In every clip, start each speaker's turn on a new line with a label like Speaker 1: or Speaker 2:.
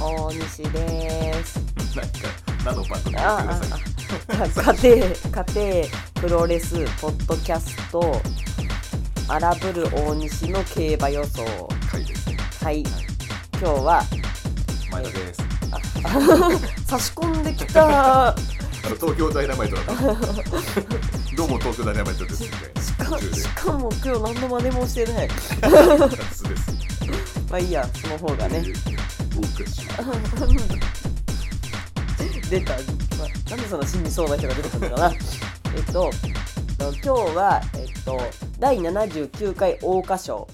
Speaker 1: 大西です。
Speaker 2: なんか何のパッと言
Speaker 1: あ
Speaker 2: ってください
Speaker 1: あ、あ家庭、家庭、プロレス、ポッドキャスト、荒ぶる大西の競馬予想。
Speaker 2: 回ですね
Speaker 1: はい、今日は、
Speaker 2: 前田です
Speaker 1: 差し込んでき た、
Speaker 2: あの東京ダイナマイトだったどうも東京ダイナマイトですみたいな
Speaker 1: しか
Speaker 2: 中
Speaker 1: しかも今日何の真似もしてない。
Speaker 2: で夏です
Speaker 1: まあいいや、その方がね。
Speaker 2: おかしい
Speaker 1: 出た、まあ、なんでそんな死にそうな人が出てくるのか なえっとえっと今日は、えっと、第79回桜花賞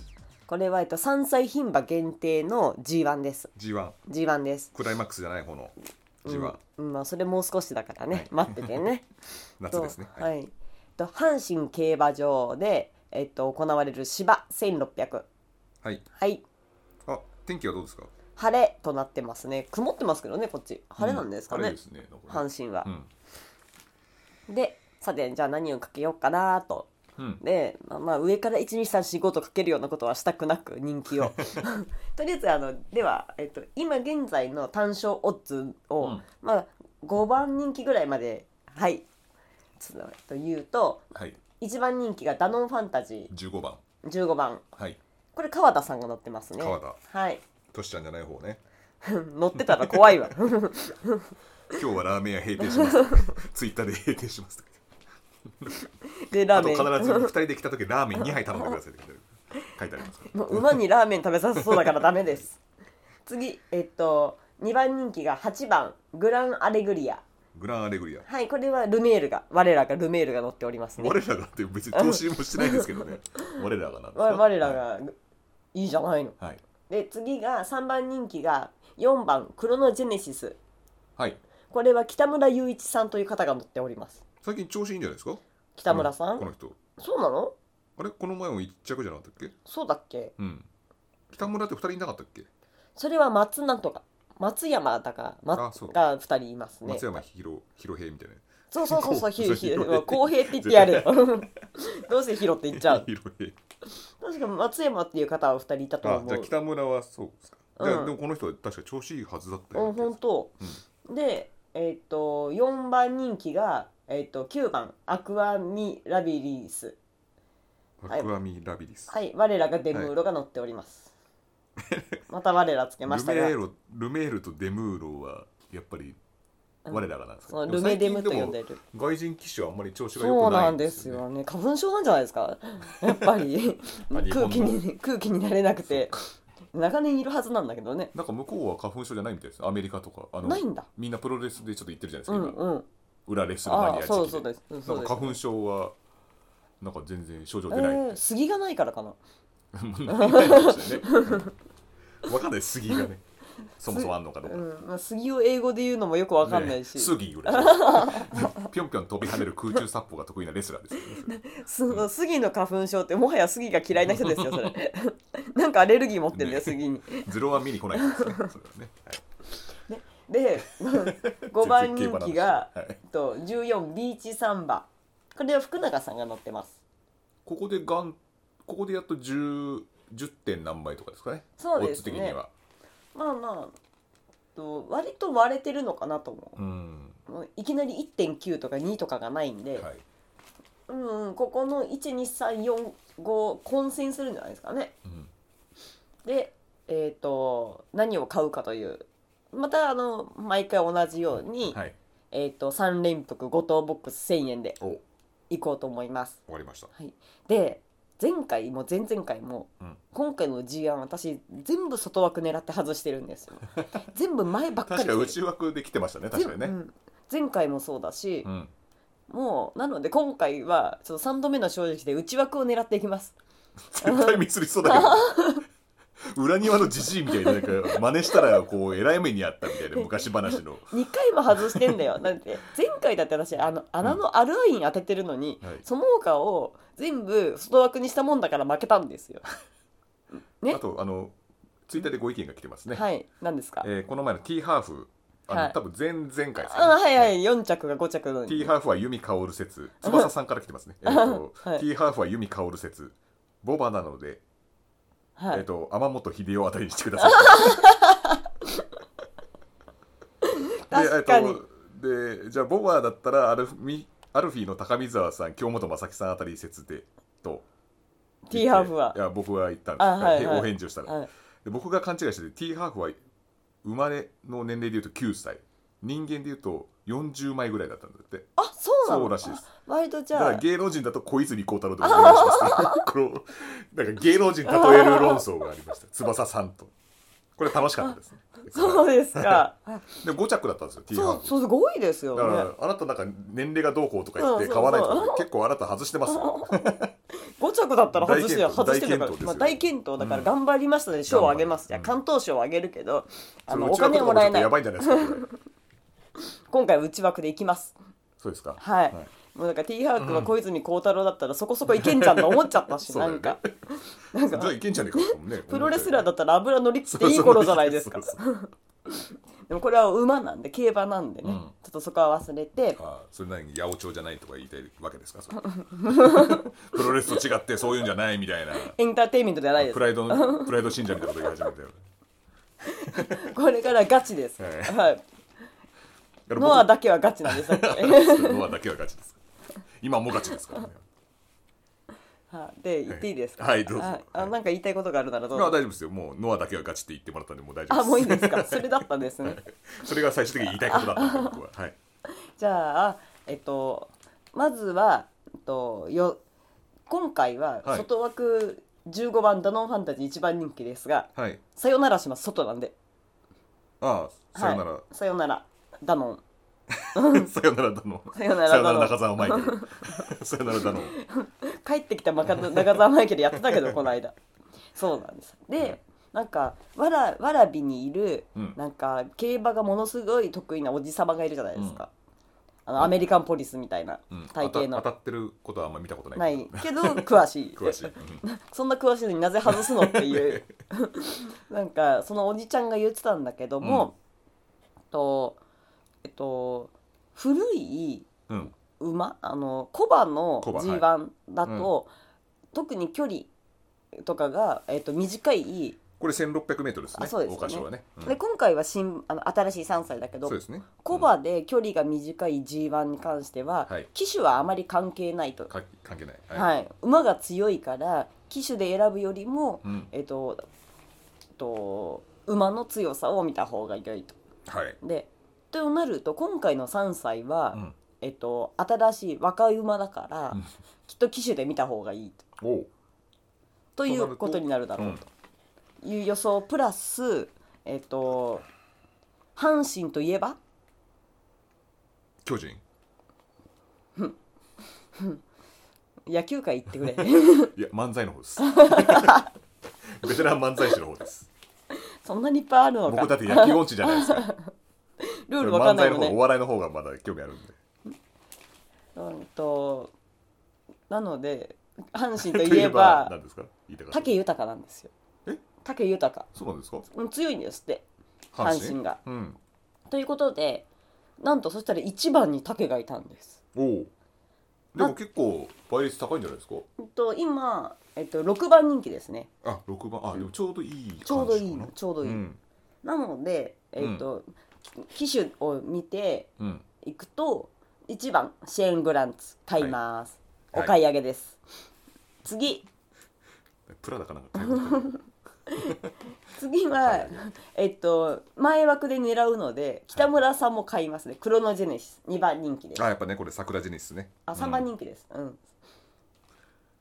Speaker 1: これは、えっと、3歳牝馬限定の G1 です
Speaker 2: G1
Speaker 1: G1 です
Speaker 2: クライマックスじゃない方の G1
Speaker 1: うんうんまあ、それもう少しだからね、
Speaker 2: はい
Speaker 1: 待っててね
Speaker 2: 夏ですね
Speaker 1: とはい、えっと阪神競馬場で、えっと、行われる芝1600
Speaker 2: はい
Speaker 1: はい
Speaker 2: あ天気はどうですか
Speaker 1: 晴れとなってますね曇ってますけどねこっち晴れなんですか
Speaker 2: 晴
Speaker 1: ね
Speaker 2: れですねなんかね
Speaker 1: 阪神は
Speaker 2: う、ん
Speaker 1: でさてじゃあ何をかけようかなと
Speaker 2: うん
Speaker 1: で、まあ、まあ上から12345とかけるようなことはしたくなく人気 をとりあえずあのでは、えっと、今現在の単勝オッズを、
Speaker 2: うん
Speaker 1: まあ、5番人気ぐらいまではいつえっと言うと
Speaker 2: はい
Speaker 1: 1番人気がダノンファンタジ
Speaker 2: 15番
Speaker 1: ー15番
Speaker 2: はい
Speaker 1: これ川田さんが乗ってますね
Speaker 2: 川田
Speaker 1: はい
Speaker 2: トシちゃんじゃない方ね
Speaker 1: 乗ってたら怖いわ
Speaker 2: 今日はラーメン屋閉店しますツイッターで閉店します
Speaker 1: でラ
Speaker 2: あ
Speaker 1: ー
Speaker 2: と
Speaker 1: メン
Speaker 2: 必ず2人で来た時ラーメン2杯頼んでくださいって書いてありますから
Speaker 1: もう馬にラーメン食べさせそうだからダメです次えっと2番人気が8番グランアレグリア
Speaker 2: グランアレグリア
Speaker 1: はいこれはルメールが我らがルメールが乗っておりますね
Speaker 2: 我らがって別に投資もしてないですけ どね我らがなんですか
Speaker 1: 我我らがいいじゃないの
Speaker 2: はい
Speaker 1: で次が3番人気が4番クロノジェネシス
Speaker 2: はい
Speaker 1: これは北村雄一さんという方が乗っております
Speaker 2: 最近調子いいんじゃないですか
Speaker 1: 北村さん、
Speaker 2: この人
Speaker 1: そうなの
Speaker 2: あれこの前も1着じゃなかったっけ
Speaker 1: そうだっけ
Speaker 2: うん北村って2人いなかったっけ
Speaker 1: それは松なんとか松山だか、
Speaker 2: あ
Speaker 1: 松
Speaker 2: そう
Speaker 1: が2人いますね
Speaker 2: 松山博博平みたいな
Speaker 1: そうそうそう そう、
Speaker 2: こう
Speaker 1: ひろひ
Speaker 2: ひろ
Speaker 1: ろ、公平って言ってや るよ。どうせひろって言っちゃう。
Speaker 2: 博平
Speaker 1: 確か松山っていう方は二人いたと
Speaker 2: あ
Speaker 1: 思
Speaker 2: じゃあ
Speaker 1: う。
Speaker 2: 北村はそうですか
Speaker 1: うん
Speaker 2: じゃあでもこの人は確か調子いいはずだった
Speaker 1: うん、本当。で、えっと、四番人気が、えっと、九番アクアミラビリース。
Speaker 2: アクアミラビリス
Speaker 1: はい、我らがデムーロが乗っており ます。また我らつけ
Speaker 2: ル
Speaker 1: ま
Speaker 2: メ
Speaker 1: した
Speaker 2: ー
Speaker 1: が、
Speaker 2: ルルメールとデムーロはやっぱり我らがなんです
Speaker 1: そ
Speaker 2: か
Speaker 1: の
Speaker 2: ね
Speaker 1: ルメデムと呼んで
Speaker 2: でも
Speaker 1: る。
Speaker 2: 最近でも外人騎手はあんまり調子が良
Speaker 1: そ
Speaker 2: く
Speaker 1: う
Speaker 2: な
Speaker 1: ないんです
Speaker 2: ね
Speaker 1: よね。花粉症なんじゃないですか。 やっぱり
Speaker 2: あ日本
Speaker 1: 空
Speaker 2: の
Speaker 1: 気に空気になれなくて、長年いるはずなんだけどね。
Speaker 2: なんか向こうは花粉症じゃないみたいですアメリカとかあの
Speaker 1: ないんだ。
Speaker 2: みんなプロレスでちょっと行ってるじゃないです
Speaker 1: う
Speaker 2: か、
Speaker 1: ん
Speaker 2: 今
Speaker 1: うん。
Speaker 2: 裏レスルマ
Speaker 1: あ
Speaker 2: ニア
Speaker 1: あ、
Speaker 2: 時期
Speaker 1: そうそうです。うんそ
Speaker 2: な
Speaker 1: うんで
Speaker 2: か
Speaker 1: す
Speaker 2: 花粉症はなんか全然症状
Speaker 1: え
Speaker 2: 出ない、
Speaker 1: ー、杉がないからかな。
Speaker 2: 分かんない杉がね そもそもあんのかどう
Speaker 1: う
Speaker 2: か、
Speaker 1: ん、まあ、杉を英語で言うのもよくわかんないし、
Speaker 2: ね、杉ぐらいぴょんぴょん飛び跳ねる空中殺法が得意なレスラーですよね
Speaker 1: その杉の花粉症ってもはや杉が嫌いな人ですよ、そ れ。 なんかアレルギー持ってんだよ、
Speaker 2: ね
Speaker 1: 杉に。
Speaker 2: ゼロは見に来ないですねそれ はね、はい
Speaker 1: で、5番人気が、
Speaker 2: はい
Speaker 1: えっと14ビーチサンバ。これは福永さんが乗ってます。
Speaker 2: ここでがんここでやっと 10, 10点何倍とかですかね
Speaker 1: そうですね
Speaker 2: オッズ的には
Speaker 1: まあまあ、えっと割と割れてるのかなと思
Speaker 2: うん
Speaker 1: う。もういきなり1.9とか2とかがないんで、
Speaker 2: はい
Speaker 1: うんうん、ここの12345混戦するんじゃないですかね。
Speaker 2: うん
Speaker 1: で、えー、と何を買うかというまたあの毎回同じように、
Speaker 2: はい
Speaker 1: えー、と3連複5等ボックス1000円で
Speaker 2: お終
Speaker 1: いこうと思います。
Speaker 2: わりました
Speaker 1: で前回も前々回も、
Speaker 2: うん
Speaker 1: 今回の G1 私全部外枠狙って外してるんです よ全部前ばっかり
Speaker 2: 確か
Speaker 1: 来て
Speaker 2: 内枠で来てましたね確かにね、
Speaker 1: 全うん前回もそうだし、
Speaker 2: うん、
Speaker 1: もうなので今回はちょっと3度目の正直で内枠を狙っていきます
Speaker 2: 絶対ミスりそうだけ ど裏庭のじじいみたいななんか真似したらこうえらい目にあったみたいな昔話の
Speaker 1: 2回も外してん だよだって前回だって私あの穴のアルアイン当ててるのに、
Speaker 2: はい
Speaker 1: その他を全部外枠にしたもんだから負けたんですよ。ね
Speaker 2: あとあのツイッターでご意見が来てますね、
Speaker 1: はい何ですか、
Speaker 2: えーこの前の T ハーフあの、
Speaker 1: はい
Speaker 2: 多分前々回です
Speaker 1: あ
Speaker 2: よね
Speaker 1: はいはい4着が5着の
Speaker 2: T ハーフは弓薫説翼さんから来てますね、えーと
Speaker 1: はい
Speaker 2: T ハーフは弓薫説ボバなので、
Speaker 1: は
Speaker 2: えっ、
Speaker 1: い、
Speaker 2: と天本秀夫あたりにしてください
Speaker 1: 確かに
Speaker 2: えっと、でじゃあボバーだったらアルフミアルフィーの高見沢さん京本正樹さんあたり説でと
Speaker 1: T ハーフはい
Speaker 2: や僕は言ったんです
Speaker 1: あはいはい
Speaker 2: お返事をしたら、
Speaker 1: はい
Speaker 2: で僕が勘違いしてて T ハーフは生まれの年齢でいうと9歳人間でいうと40枚ぐらいだったんだって
Speaker 1: あそうなの
Speaker 2: そうらしいです
Speaker 1: あ割とじ
Speaker 2: だか
Speaker 1: ゃ
Speaker 2: ら
Speaker 1: あ
Speaker 2: 芸能人だと小泉孝太郎と同じ ですねこのなんか芸能人例える論争がありました翼さんとこれ楽しかったですね
Speaker 1: そうですか
Speaker 2: で5着だったんですよ T ハー
Speaker 1: そう
Speaker 2: フ
Speaker 1: そうすごいですよ
Speaker 2: だから、
Speaker 1: ね
Speaker 2: あなたなんか年齢がどうこうとか言っ
Speaker 1: う
Speaker 2: て
Speaker 1: ん
Speaker 2: 買わないと
Speaker 1: そうそ
Speaker 2: か
Speaker 1: う
Speaker 2: 結構あなた外してますよ
Speaker 1: 5着だったら外して
Speaker 2: 大健闘
Speaker 1: 外してるから
Speaker 2: 大健闘ですよ
Speaker 1: まあ大健闘だから
Speaker 2: うん
Speaker 1: 頑張りましたね賞をあげますじゃ
Speaker 2: 頑
Speaker 1: あ
Speaker 2: 張る
Speaker 1: 関東賞をあげるけどあ
Speaker 2: それ
Speaker 1: の
Speaker 2: う
Speaker 1: お
Speaker 2: ちの
Speaker 1: 金
Speaker 2: と
Speaker 1: は
Speaker 2: こ
Speaker 1: も
Speaker 2: も
Speaker 1: らえない
Speaker 2: ちょっとやばいんじゃないですか これ
Speaker 1: 今回は内枠でいきます
Speaker 2: そうですか
Speaker 1: はい、もうなんか T ハークは小泉孝太郎だったらそこそこいけんじゃんと思っちゃったし、
Speaker 2: そうだ
Speaker 1: な
Speaker 2: よね
Speaker 1: んか
Speaker 2: じゃあいけんじゃねえかと思うね
Speaker 1: プロレスラーだったら油乗りつっ
Speaker 2: そう
Speaker 1: ていい頃じゃないですか
Speaker 2: そ うそう
Speaker 1: でもこれは馬なんで競馬なんでね、
Speaker 2: うん
Speaker 1: ちょっとそこは忘れて
Speaker 2: ああそれなに八百長じゃないとか言いたいわけですかそれ プロレスと違ってそういうんじゃないみたいな
Speaker 1: エンターテインメントではないです
Speaker 2: プライドのプライド信者みたいなこと言い始めたよ
Speaker 1: これからガチです、
Speaker 2: はい
Speaker 1: はい、
Speaker 2: だから僕
Speaker 1: ノアだけはガチなん ですよ
Speaker 2: ノアだけはガチです今もガチですからね
Speaker 1: はいで言っていいですか
Speaker 2: はいどうぞ
Speaker 1: あなんか言いたいことがあるならどう
Speaker 2: まあ
Speaker 1: ぞ
Speaker 2: 大丈夫ですよもうノアだけはガチって言ってもらったんでもう大丈
Speaker 1: あ
Speaker 2: 夫です
Speaker 1: もういいですかそれだったんですね
Speaker 2: それが最終的に言いたいことだったんで僕ははい
Speaker 1: じゃあえっとまずは、えっと、よ今回は
Speaker 2: はい
Speaker 1: 外枠15番ダノンファンタジー一番人気ですが、
Speaker 2: はい
Speaker 1: さよならします外なんで
Speaker 2: ああさよなら、
Speaker 1: はい、さよならダノン
Speaker 2: さよならだの
Speaker 1: さよならだの
Speaker 2: さよなら中澤マイ ケルさよならだの
Speaker 1: 帰ってきたまか中澤マイケルやってた けどこの間そうなんですでなんかわらわらびにいる、
Speaker 2: うん
Speaker 1: なんか競馬がものすごい得意なおじさまがいるじゃないですか、あのアメリカンポリスみたいな
Speaker 2: うん
Speaker 1: 体型
Speaker 2: 当
Speaker 1: の、
Speaker 2: た当たってることはあんま見たことない
Speaker 1: ないけ ど詳しい
Speaker 2: 詳しい、うん
Speaker 1: そんな詳しいのになぜ外すのっていう なんかそのおじちゃんが言ってたんだけども、とえっと古い
Speaker 2: うん
Speaker 1: 馬あのコバの
Speaker 2: コバ
Speaker 1: G1 だと、特に距離とかが、えっと、短い、
Speaker 2: これ 1600m ですね
Speaker 1: あそうですよね
Speaker 2: 桜花賞はね、うん
Speaker 1: で今回は新あの新しい3歳だけど
Speaker 2: そうですね
Speaker 1: コバで距離が短い G1 に関しては、
Speaker 2: はい
Speaker 1: 騎手はあまり関係ないと、
Speaker 2: か関係ないは
Speaker 1: はい馬が強いから騎手で選ぶよりも、
Speaker 2: うん
Speaker 1: えっとえっと馬の強さを見た方が良いと。
Speaker 2: はい
Speaker 1: でとなると今回の3歳は、
Speaker 2: うん
Speaker 1: えっと、新しい若い馬だから、
Speaker 2: うん
Speaker 1: きっと騎手で見た方がいいと
Speaker 2: おう
Speaker 1: ということになるだろうという予想プラス、えっと、阪神といえば
Speaker 2: 巨人
Speaker 1: 野球界行ってく れ
Speaker 2: いや漫才の方です ベテラン漫才師の方です
Speaker 1: そんなにいっぱいあるの
Speaker 2: 僕
Speaker 1: か
Speaker 2: だって野球音痴じゃない ですか
Speaker 1: ルールわかん
Speaker 2: 漫
Speaker 1: ないよ
Speaker 2: 才の方お
Speaker 1: ね。
Speaker 2: 笑いの方がまだ興味あるんで
Speaker 1: うんとなので阪神と
Speaker 2: と
Speaker 1: いえば
Speaker 2: 何ですか言いたかった
Speaker 1: 武豊なんですよ
Speaker 2: え。
Speaker 1: 武豊
Speaker 2: そうなんですか
Speaker 1: うん強いんですって。
Speaker 2: 阪
Speaker 1: 阪神が
Speaker 2: うん
Speaker 1: ということでなんとそしたら1番に武がいたんです。
Speaker 2: おおでも結構倍率高いんじゃないですか
Speaker 1: うんと今、えっと、6番人気ですね。
Speaker 2: あ六番あでもちょうどいい感じ
Speaker 1: ちょうどいい
Speaker 2: かな
Speaker 1: のちょうどいい、
Speaker 2: うん
Speaker 1: なので、えっとき機種を見て
Speaker 2: うん
Speaker 1: いくと1番シェーン・グランツ買います、
Speaker 2: はい
Speaker 1: お買い上げです、次
Speaker 2: プラダかなんか 買い物かな
Speaker 1: 次
Speaker 2: は
Speaker 1: はいえっと前枠で狙うので北村さんも買いますね、クロノジェネシス2番人気です
Speaker 2: あ
Speaker 1: あ
Speaker 2: やっぱねこれ桜ジェネシスね
Speaker 1: 3番人気ですうん、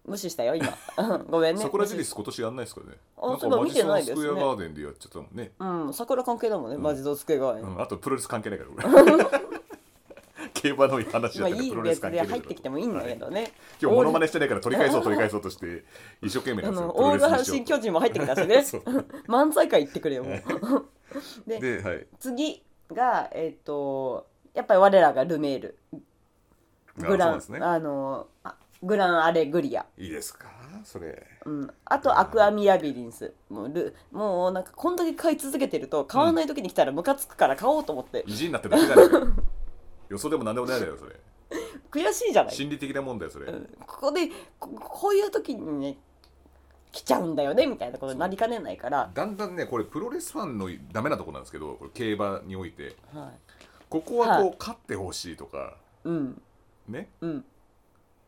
Speaker 1: 無視したよ 今うんごめんね
Speaker 2: 桜ジェネシス今年やんないですかね
Speaker 1: あ
Speaker 2: なんか
Speaker 1: そういえば見てないですね
Speaker 2: マジソンスクエアガーデンでやっちゃったもんね
Speaker 1: うん桜関係だもんね、マジドスケが、
Speaker 2: うんあとプロレス関係ないか ら俺競馬の話
Speaker 1: ま
Speaker 2: だ
Speaker 1: あ
Speaker 2: った
Speaker 1: い
Speaker 2: ら
Speaker 1: い
Speaker 2: プロレ
Speaker 1: や
Speaker 2: ス
Speaker 1: つ
Speaker 2: 関係
Speaker 1: で
Speaker 2: ないから
Speaker 1: 入ってきてもいいんだけどね、
Speaker 2: 今日モノマネしてないから取り返そう取り返そうとして一生懸命な
Speaker 1: あ
Speaker 2: んですよ
Speaker 1: の
Speaker 2: プロ
Speaker 1: オー
Speaker 2: レ
Speaker 1: ル
Speaker 2: ス
Speaker 1: 阪
Speaker 2: にしよう
Speaker 1: 神巨人も入ってきたしね
Speaker 2: そう
Speaker 1: 漫才界行ってくれよもう神
Speaker 2: ではい
Speaker 1: 次がえっ、とやっぱり我らがルメール グラン
Speaker 2: あそうなんですね
Speaker 1: あのあグランアレグリア、
Speaker 2: いいですかそれ
Speaker 1: うん、あとアクアミアビリンスもうルもうなんかこんだけ買い続けてると買わない時に来たらムカつくから買おうと思って、
Speaker 2: 意地になってるだけじゃないか予想でも何でもないだよそれ
Speaker 1: 悔しいじゃない、
Speaker 2: 心理的なもんだよそれ、
Speaker 1: うんここでここういう時にね来ちゃうんだよねみたいなことになりかねないから、
Speaker 2: だんだんねこれプロレスファンのダメなとこなんですけどこれ競馬において
Speaker 1: は
Speaker 2: ここはこ
Speaker 1: は
Speaker 2: う勝ってほしいとか
Speaker 1: うん
Speaker 2: ね
Speaker 1: うん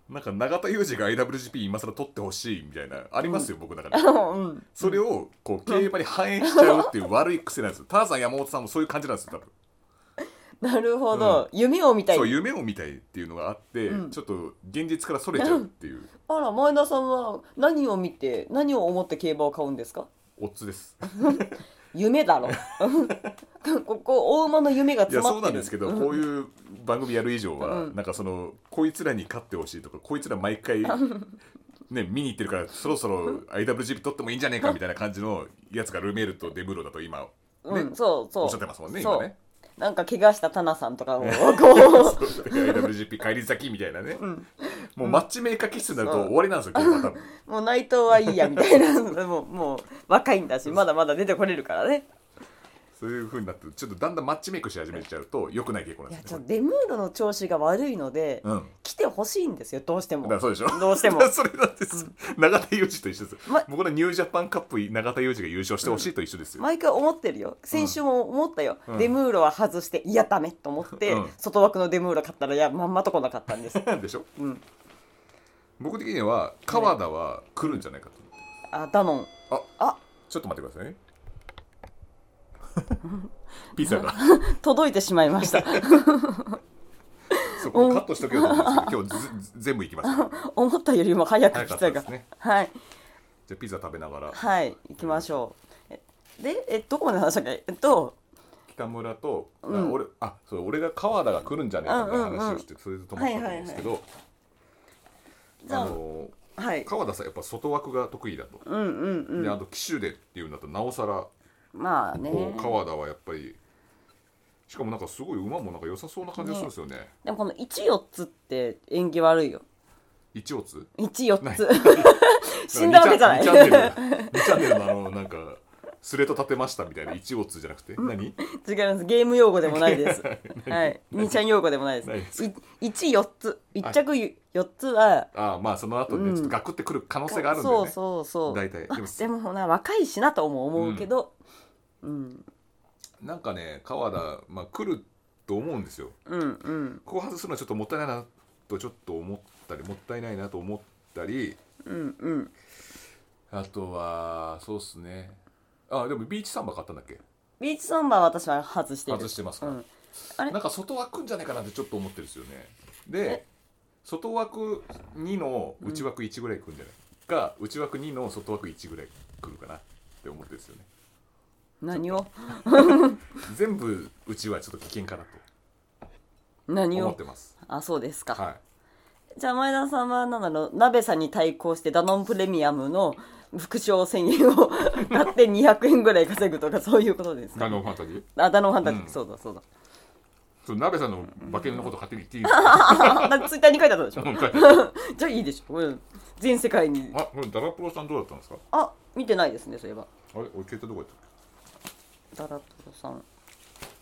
Speaker 2: なんか永田裕二が IWGP 今更取ってほしいみたいなありますよ、僕の中
Speaker 1: あ
Speaker 2: で
Speaker 1: のうん
Speaker 2: それをこう競馬に反映しちゃうっていう悪い癖 なんですよターザン山本さんもそういう感じなんですよ多分
Speaker 1: なるほど、夢を見たい
Speaker 2: そう夢を見たいっていうのがあって、
Speaker 1: うん
Speaker 2: ちょっと現実からそれちゃうっていう
Speaker 1: あら前田さんは何を見て何を思って競馬を買うんですか
Speaker 2: オッズ です
Speaker 1: 夢 だろここ大馬の夢が
Speaker 2: い
Speaker 1: 詰
Speaker 2: や
Speaker 1: まっ
Speaker 2: そ
Speaker 1: てる
Speaker 2: うなんですけど、こういう番組やる以上は、
Speaker 1: うん
Speaker 2: なんかそのこいつらに勝ってほしいとかこいつら毎 回ね見に行ってるからそろそろ IWGP 取ってもいいんじゃねえかみたいな感じのやつがルメールとデムーロだと今
Speaker 1: うん、そうそう
Speaker 2: おっしゃってますもんね
Speaker 1: そう
Speaker 2: 今ね
Speaker 1: なんか怪我したタナさんとかをこ
Speaker 2: IWGP 帰り咲きみたいなね、もうマッチメーカー気質になると
Speaker 1: そう
Speaker 2: 終わりなんですよ、今日は多分
Speaker 1: う もう内藤はいいやみたいなもうもう若いんだしまだまだ出てこれるからね
Speaker 2: そういう風になってちょっとだんだんマッチメイクし始めちゃうと良くない傾向
Speaker 1: い
Speaker 2: なん
Speaker 1: や
Speaker 2: で
Speaker 1: ち
Speaker 2: す
Speaker 1: ょっ
Speaker 2: よ、
Speaker 1: とデムーロの調子が悪いので、
Speaker 2: うん
Speaker 1: 来てほしいんですよどうしても
Speaker 2: だからそうでしょ
Speaker 1: どうしても
Speaker 2: それなんです、永田裕二と一緒です、
Speaker 1: ま
Speaker 2: 僕のニュージャパンカップ永田裕二が優勝してほしいと一緒ですよ、
Speaker 1: 毎回思ってるよ先週も思ったよ、
Speaker 2: うん
Speaker 1: デムーロは外していやダメと思って、
Speaker 2: うん
Speaker 1: 外枠のデムーロ買ったらいやまんまとこなかったんです
Speaker 2: でしょ、
Speaker 1: うん
Speaker 2: 僕的には川田は来るんじゃないかと思って、
Speaker 1: あダノン
Speaker 2: あ
Speaker 1: あ
Speaker 2: ちょっと待ってくださいね ピザが
Speaker 1: 届いてしまいま した
Speaker 2: そこカットしとけよと思うんですけど今日ずず全部いきますよ
Speaker 1: 思ったよりも早く
Speaker 2: 早か
Speaker 1: 来
Speaker 2: った
Speaker 1: た
Speaker 2: で
Speaker 1: が
Speaker 2: すね
Speaker 1: はい
Speaker 2: じゃあピザ食べながら
Speaker 1: はい行きましょうえでえどこまで話したっけえっと
Speaker 2: 北村と、
Speaker 1: うん
Speaker 2: あ俺あそう俺が川田が来るんじゃねえかみたいな話をして、それで止まったと思うんですけど、
Speaker 1: じゃ
Speaker 2: あ
Speaker 1: あ
Speaker 2: の
Speaker 1: はい
Speaker 2: 川田さんやっぱ外枠が得意だと、
Speaker 1: うんうんうん
Speaker 2: であと騎手でっていうんだとなおさら
Speaker 1: まあね
Speaker 2: こう川田はやっぱりしかもなんかすごい馬もなんか良さそうな感じがするんですよね
Speaker 1: でもこの1つって縁起悪いよ
Speaker 2: 一オツ
Speaker 1: 1つ死んだわけじゃない
Speaker 2: 2チャンネル2チャンネルのあのなんかスレッド立てましたみたいな一オツじゃなくて何
Speaker 1: 違いますゲーム用語でもないですはい2ちゃん用語でもない
Speaker 2: ない
Speaker 1: で
Speaker 2: ですす
Speaker 1: い一四つ1着4つは
Speaker 2: ああまあその後ね、
Speaker 1: うん
Speaker 2: ちょっとガクってくる可能性があるんで、ね、
Speaker 1: そうそうそう
Speaker 2: 大体
Speaker 1: まあ
Speaker 2: でも
Speaker 1: でもな若いしなとも思うけどうん
Speaker 2: なんかね川田、まあ、来ると思うんですよ
Speaker 1: うんうん
Speaker 2: ここ外すのはちょっともったいないなとちょっと思ったりもったいないなと思ったり
Speaker 1: うんうん
Speaker 2: あとはそうっすねあでもビーチサンバ買ったんだっけ
Speaker 1: ビーチサンバは私は外してる
Speaker 2: 外してます
Speaker 1: う
Speaker 2: から、
Speaker 1: んあれ
Speaker 2: なんか外枠んじゃないかなってちょっと思ってるんですよねで外枠2の内枠1ぐらい来るんじゃない、か内枠2の外枠1ぐらい来るかなって思ってるんですよね
Speaker 1: 何を
Speaker 2: 全部うちはちょっと危険かなと
Speaker 1: 何
Speaker 2: 思っ
Speaker 1: を
Speaker 2: てます
Speaker 1: あそうですか、
Speaker 2: はい
Speaker 1: じゃあ前田さんはなんだろう鍋さんに対抗してダノンプレミアムの副賞1000円 を買って200円ぐらい稼ぐとかそういうことですか
Speaker 2: ダノンファンタジー
Speaker 1: あダノンファンタジー、
Speaker 2: うん
Speaker 1: そうだそうだ
Speaker 2: そう鍋さんの馬券のこと勝手に言っていいですか
Speaker 1: あだってツイッターに書いてあったでしょ
Speaker 2: もう一回
Speaker 1: じゃあいいでしょ、うん、全世界に
Speaker 2: あ、これダラプロさんどうだったんですか。
Speaker 1: あ見てないですねそういえば
Speaker 2: あれ、俺携帯どこやったっ
Speaker 1: ダラトロさん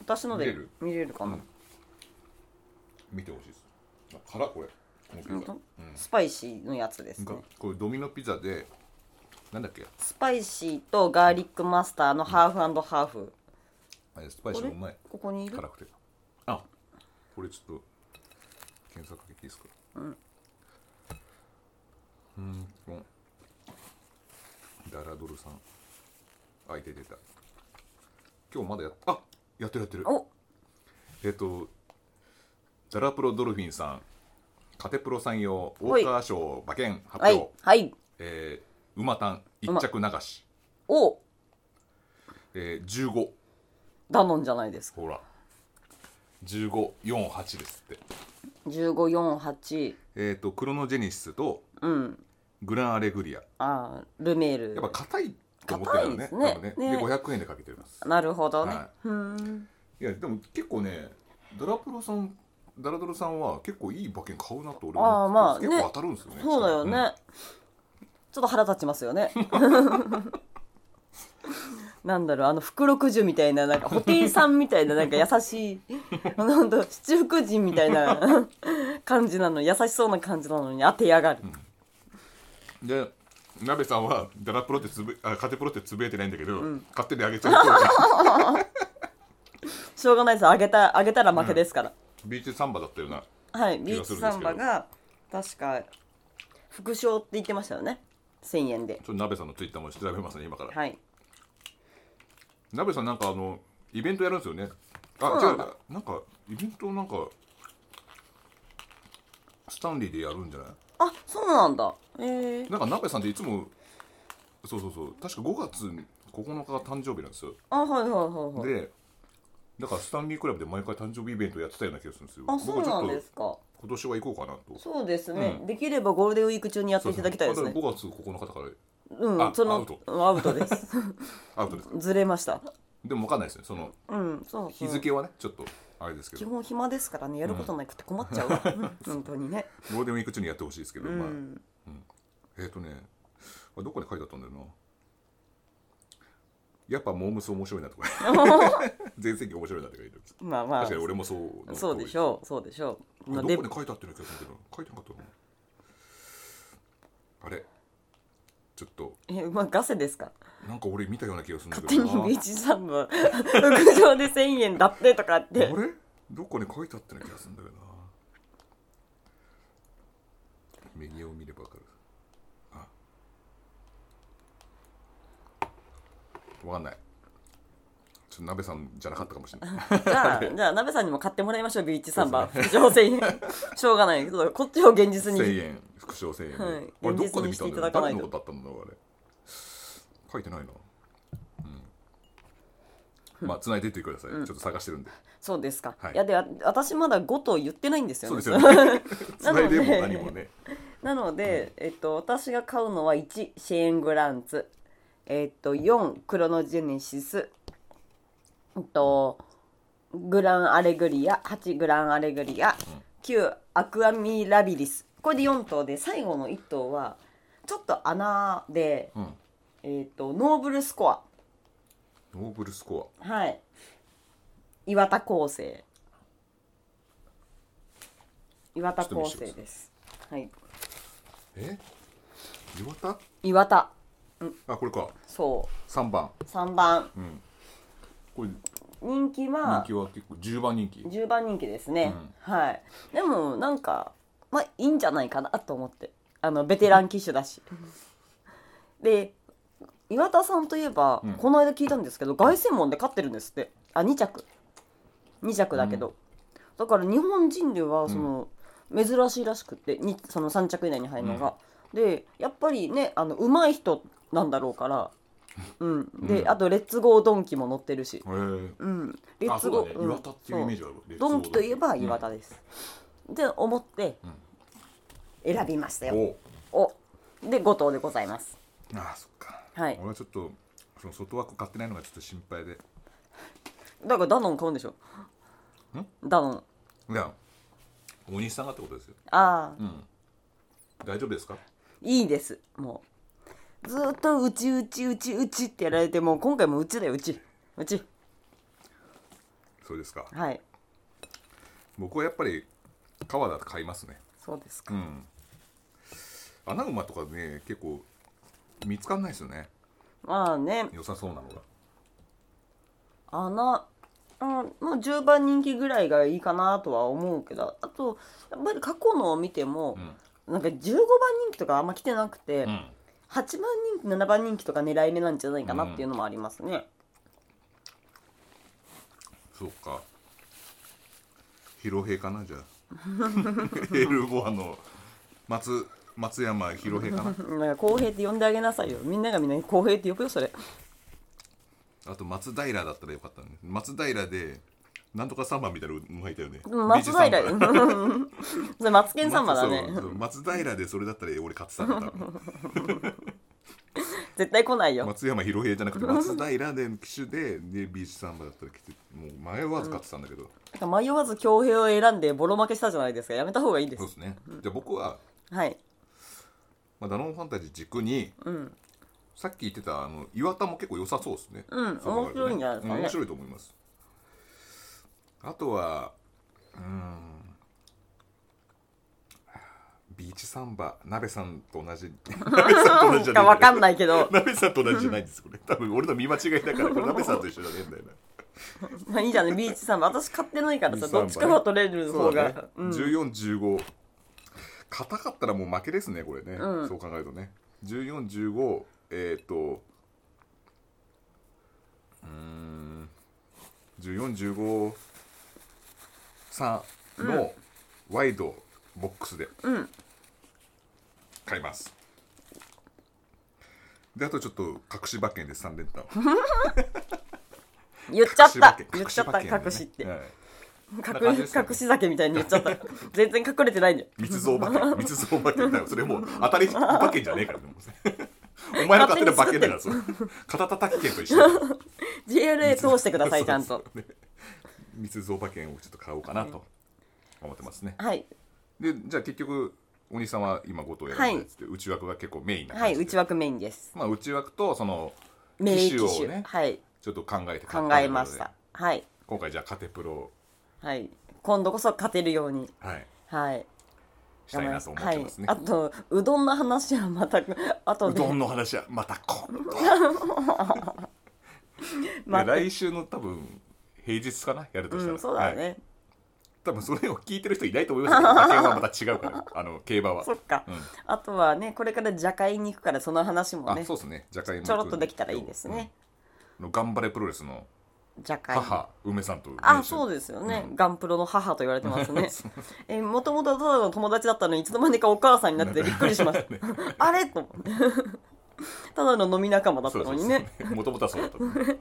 Speaker 1: 私ので
Speaker 2: 見れる
Speaker 1: 見れるかな、
Speaker 2: け。見てほしいです。あ、辛っこれ。このピ
Speaker 1: 本
Speaker 2: ザ。
Speaker 1: 当スパイシーのやつです
Speaker 2: な
Speaker 1: ね
Speaker 2: んか、これドミノピザで。なんだっけ。
Speaker 1: スパイシーとガーリックマスターのハーフハーフ
Speaker 2: あれ、スパイシー
Speaker 1: こ
Speaker 2: が
Speaker 1: れ
Speaker 2: うまい。
Speaker 1: ここにいる
Speaker 2: 辛くて。あ。これちょっと。検索かけていいですか。うん。うーんと。ダラドルさん。あ、いて出た。今日まだやっ。あ、やってるやってる。
Speaker 1: お
Speaker 2: えっと、ダラプロドルフィンさん、カテプロさん用、ウォ
Speaker 1: はい
Speaker 2: ーカー賞馬券発
Speaker 1: は
Speaker 2: 表、
Speaker 1: いはい
Speaker 2: えー馬単一着流し、
Speaker 1: お
Speaker 2: えー、15、
Speaker 1: ダノンじゃないですか
Speaker 2: ほら、15、4、8ですって。
Speaker 1: 1548
Speaker 2: えっと、クロノジェニシスと
Speaker 1: うん
Speaker 2: グランアレグリア。
Speaker 1: あールメール
Speaker 2: やっぱ硬いと思ってるよね、
Speaker 1: 硬いです
Speaker 2: 多分
Speaker 1: ね
Speaker 2: ね
Speaker 1: ね
Speaker 2: で、500円でかけてます。
Speaker 1: なるほどね、
Speaker 2: は
Speaker 1: ふーん
Speaker 2: いや、でも結構ね、ダラプロさん、ダラドルさんは結構いい馬券買うなと俺
Speaker 1: あーま
Speaker 2: 思
Speaker 1: あ
Speaker 2: ってて、
Speaker 1: ね
Speaker 2: 結構当たるんですよね。
Speaker 1: そうだよね、
Speaker 2: ん
Speaker 1: ちょっと腹立ちますよね なんだろうあの福禄寿みたいななんか布袋さんみたいななんか優しいあのほんと七福神みたいな感じなの優しそうな感じなのに当てやがる、
Speaker 2: で鍋さんはダラプロってつぶあカテプロってつぶやいてないんだけど、勝手にあげちゃうと
Speaker 1: しょうがないですあげたあげたら負けですから、
Speaker 2: ビーチサンバだったよな
Speaker 1: はいビ
Speaker 2: 気
Speaker 1: ー
Speaker 2: がす
Speaker 1: チ
Speaker 2: るんですけど
Speaker 1: サンバが確か副賞って言ってましたよね1000円で
Speaker 2: ちょっと鍋さんのツイッターも調べますね今から、
Speaker 1: はい
Speaker 2: 鍋さんなんかあのイベントやるんですよねあ
Speaker 1: そうな
Speaker 2: 違うん
Speaker 1: だ
Speaker 2: なんかイベントなんかスタンリーでやるんじゃない
Speaker 1: あそうなんだえー、
Speaker 2: なんか鍋さんっていつもそうそうそう確か5月9日が誕生日なんですよ
Speaker 1: あはいはいはいはい
Speaker 2: でだからスタンリークラブで毎回誕生日イベントやってたような気がするんですよ
Speaker 1: あそうなん
Speaker 2: 僕はちょ
Speaker 1: で
Speaker 2: っ
Speaker 1: すか
Speaker 2: と今年は行こうかなと
Speaker 1: そうですね、
Speaker 2: うん
Speaker 1: できればゴールデンウィーク中にやっていただきたいですね
Speaker 2: 5月9日だから
Speaker 1: う
Speaker 2: あ
Speaker 1: んそ
Speaker 2: ア
Speaker 1: の
Speaker 2: ウト
Speaker 1: うんアウトです
Speaker 2: アウトです
Speaker 1: ずれました
Speaker 2: でも分かんないですねその
Speaker 1: うんそうそ
Speaker 2: 日
Speaker 1: う
Speaker 2: 付はねちょっとあれですけ
Speaker 1: 基
Speaker 2: ど
Speaker 1: 本暇ですからねやることなくて困っ ちゃうわ、本当にね
Speaker 2: ゴールデンウィーク中にやってほしいですけど、
Speaker 1: う
Speaker 2: まあ
Speaker 1: ん
Speaker 2: えっ、とねあどこに書いてあったんだよなやっぱモームス面白 いなとか全盛期面白いなって書いてある
Speaker 1: まあま
Speaker 2: 確かに
Speaker 1: あ
Speaker 2: 俺もそう
Speaker 1: そうでし
Speaker 2: ょ
Speaker 1: ょうそうでしょう
Speaker 2: ど
Speaker 1: の
Speaker 2: こ
Speaker 1: で
Speaker 2: に書いてあってる気がするけど書いてなかったのあれちょっと
Speaker 1: えまあガセですか
Speaker 2: なんか俺見たような気がするんだ
Speaker 1: 勝
Speaker 2: け
Speaker 1: 手
Speaker 2: ど
Speaker 1: に
Speaker 2: な
Speaker 1: ビーチサンバ 屋上で1000円だってとかっ
Speaker 2: あ
Speaker 1: て
Speaker 2: れどこに書いてあったような気がするんだけどなメニューを見ればわかるあわかんないちょっと鍋さんじゃなかったかもしれない
Speaker 1: じゃあじゃあ鍋さんにも買ってもらいましょうビーチサンバ副賞1000円 しょうがないけどこっちを現実
Speaker 2: 1000
Speaker 1: に
Speaker 2: 円副賞1000円で、
Speaker 1: はい
Speaker 2: あれどっかで見たん
Speaker 1: 現実にして
Speaker 2: だよ誰の
Speaker 1: いただかないと
Speaker 2: ことだったんだろうあれ書いてないなうんまあ繋いでいってください、ちょっと探してるんで
Speaker 1: そうですか、
Speaker 2: はい
Speaker 1: い、やであ私まだ5と言って ないんですよ
Speaker 2: そ
Speaker 1: ね
Speaker 2: うですよね
Speaker 1: な
Speaker 2: 繋
Speaker 1: の
Speaker 2: いで
Speaker 1: で
Speaker 2: も何もね
Speaker 1: なので、えっと、私が買うのは1シェーングランツ、えっと、4クロノジェネシス、えっと、グランアレグリア8グランアレグリア9アクアミラビリスこれで4頭で最後の1頭はちょっと穴で、
Speaker 2: うん
Speaker 1: えっと、ノーブルスコア
Speaker 2: ノーブルスコ
Speaker 1: はい岩田構成岩田構成ですはい
Speaker 2: アえ岩田
Speaker 1: 岩田
Speaker 2: あこれか
Speaker 1: そう
Speaker 2: 3番
Speaker 1: 3番
Speaker 2: うんこれ人
Speaker 1: 人気は
Speaker 2: 気は結構10番人気
Speaker 1: 10番人気ですね、はいでもなんかまあいいんじゃないかなと思ってあのベテラン機種だしで岩田さんといえば、
Speaker 2: うん
Speaker 1: この間聞いたんですけど凱旋門で勝ってるんですってあ2着2着だけど、だから日本人ではその、珍しいらしくってにその3着以内に入るのが、でやっぱりねあの上手い人なんだろう からうんで、
Speaker 2: うん
Speaker 1: あとレッツゴードンキも乗ってるし
Speaker 2: へー
Speaker 1: うん、レッ
Speaker 2: あ
Speaker 1: ツ
Speaker 2: そう
Speaker 1: ゴ
Speaker 2: だ
Speaker 1: ー
Speaker 2: ね、
Speaker 1: ん
Speaker 2: 岩田っていうイメージある
Speaker 1: そうドンキといえば岩
Speaker 2: 田
Speaker 1: 田です、って思って
Speaker 2: ん
Speaker 1: 選びましたよ、
Speaker 2: お
Speaker 1: おで5頭でございます
Speaker 2: あそっか
Speaker 1: はい
Speaker 2: 俺はちょっとその外枠買ってないのがちょっと心配で
Speaker 1: だからダノン買うんでしょ
Speaker 2: ん
Speaker 1: ダノン
Speaker 2: いやお兄さんがってことですよ
Speaker 1: ああ、
Speaker 2: うん大丈夫ですか
Speaker 1: いいですもうずーっとうちうちうちうちってやられてもう今回もうちだようちうち
Speaker 2: そうですか
Speaker 1: はい
Speaker 2: 僕はやっぱり川田買いますね
Speaker 1: そうです
Speaker 2: う
Speaker 1: か、
Speaker 2: ん穴馬とかね結構見つかんないですよね
Speaker 1: まあね
Speaker 2: 良さそうなのが
Speaker 1: 穴あもう10番人気ぐらいがいいかなとは思うけどあとやっぱり過去のを見ても、なんか15番人気とかあんま来てなくて、
Speaker 2: うん、うん
Speaker 1: 8番人気7番人気とか狙い目なんじゃないかなっていうのもありますね、
Speaker 2: そうか。広平かなじゃあ。 エルボアの松松山広平かな。
Speaker 1: だから公平って呼んであげなさいよみんながみんな公平って呼ぶよそ れ
Speaker 2: あと松平だったらよかったね。松平でなんとか三番みたいなのがいたよね。
Speaker 1: 松平
Speaker 2: ビーチ三番
Speaker 1: うんそれマツケンサンバだね
Speaker 2: そうそう松平でそれだったら俺勝ってたんだ多分。
Speaker 1: 絶対来ないよ
Speaker 2: 松山広平じゃなくて松平で騎手ででビーチ三番だったら来てもう迷わず勝ってたんだけど。
Speaker 1: 迷わず強平を選んでボロ負けしたじゃないですかやめた方がいいで
Speaker 2: そう
Speaker 1: す
Speaker 2: ですね。じゃあ僕は
Speaker 1: はい
Speaker 2: まあダノンファンタジー軸に。
Speaker 1: うん
Speaker 2: さっき言ってたあの岩田も結構良さそうですね。
Speaker 1: うん
Speaker 2: そ
Speaker 1: 面
Speaker 2: う考えると
Speaker 1: 白いんじゃないですかね
Speaker 2: うん面白いと思います。あとは、うーん、ビーチサンバ、鍋さんと 同じ。鍋さんと同じじゃ
Speaker 1: かわか
Speaker 2: ない。
Speaker 1: んないけど
Speaker 2: 鍋さんと同じじゃないんですこれ。多分俺の見間違いだから、これ鍋さんと一緒じゃねえんだよな。
Speaker 1: まあいいじゃんねビーチサンバ私買ってないからさ
Speaker 2: ビーチサンバ
Speaker 1: どっ
Speaker 2: ね
Speaker 1: ちかは取れる
Speaker 2: そ
Speaker 1: 方
Speaker 2: うだね
Speaker 1: が、うん
Speaker 2: 1415硬かったらもう負けですねこれね、
Speaker 1: うん
Speaker 2: そう考えるとね1415えーっ、とうーん1415のワイドボックスで
Speaker 1: うん
Speaker 2: 買います、であとちょっと隠し馬券で3連単を
Speaker 1: 言っちゃっ
Speaker 2: 隠し馬
Speaker 1: た
Speaker 2: 券
Speaker 1: 言っちゃった
Speaker 2: 馬券でね
Speaker 1: 隠しって
Speaker 2: はいな
Speaker 1: 隠
Speaker 2: 感じですよね
Speaker 1: 隠し酒みたいに言っちゃった 全然隠れてないんだよ
Speaker 2: 密造 馬券密造馬券だよそれもう当たり馬券じゃねえからねも うお前の勝手な馬券だからそう肩叩き券と一緒だよ
Speaker 1: JLA 通してくださいちゃん
Speaker 2: そう
Speaker 1: と
Speaker 2: そうね密造馬券をちょっと買おうかなと思ってますね
Speaker 1: はい
Speaker 2: でじゃあ結局お兄さんは今後藤を選んでつって、内枠が結構メインな
Speaker 1: は
Speaker 2: 感
Speaker 1: い
Speaker 2: じで、
Speaker 1: 内枠メインです
Speaker 2: まあ、内枠とその
Speaker 1: 名
Speaker 2: 機
Speaker 1: 機
Speaker 2: 種
Speaker 1: 種
Speaker 2: をね
Speaker 1: はい
Speaker 2: ちょっと考
Speaker 1: 考
Speaker 2: えて買ったということで
Speaker 1: えましたはい
Speaker 2: 今回じゃあカテプロ
Speaker 1: はい今度こそ勝てるように
Speaker 2: はい
Speaker 1: はい
Speaker 2: したいなと思ってますね、
Speaker 1: はい、あとうどんの話はま たあと
Speaker 2: うどん
Speaker 1: で
Speaker 2: の話はまた今度
Speaker 1: また
Speaker 2: 来週の多分平日かなやるとしたら、
Speaker 1: うんそうだよね、
Speaker 2: はい多分それを聞いてる人いないと思いま すけど馬券はまた違うからあの競馬は
Speaker 1: そっか、
Speaker 2: うん
Speaker 1: あとはねこれからじゃかいに行くからその話も
Speaker 2: あ
Speaker 1: ね
Speaker 2: そうですねじゃがいも
Speaker 1: ちょろっとできたらいいですね、
Speaker 2: うんの頑張れプロレスの
Speaker 1: じゃかい
Speaker 2: 母、梅さんと
Speaker 1: あそう
Speaker 2: で
Speaker 1: ですよね、
Speaker 2: うん
Speaker 1: ガンプロの母と言われてます ねえもともとただの友達だったのにいつの間にかお母さんになっててびっくりし ましたあれと思 ってただの飲み仲間だったのにね
Speaker 2: もともとはそうだったのね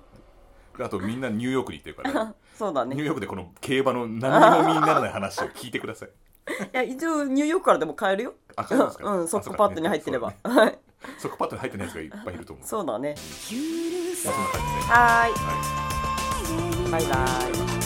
Speaker 2: であとみんなニューヨークに行ってるから ね、
Speaker 1: そうだ
Speaker 2: ニュー
Speaker 1: ね
Speaker 2: ヨークでこの競馬の何にも身にならない話を聞いてください
Speaker 1: いや一応ニューヨークからでも買えるよ
Speaker 2: あそうですか
Speaker 1: うん、ソックパッドに入ってれば、はい
Speaker 2: そこパッドに入ってないやつがいっぱいいると思う
Speaker 1: そうだね
Speaker 2: まあそんな感じで
Speaker 1: はーい
Speaker 2: はい
Speaker 1: バイバイ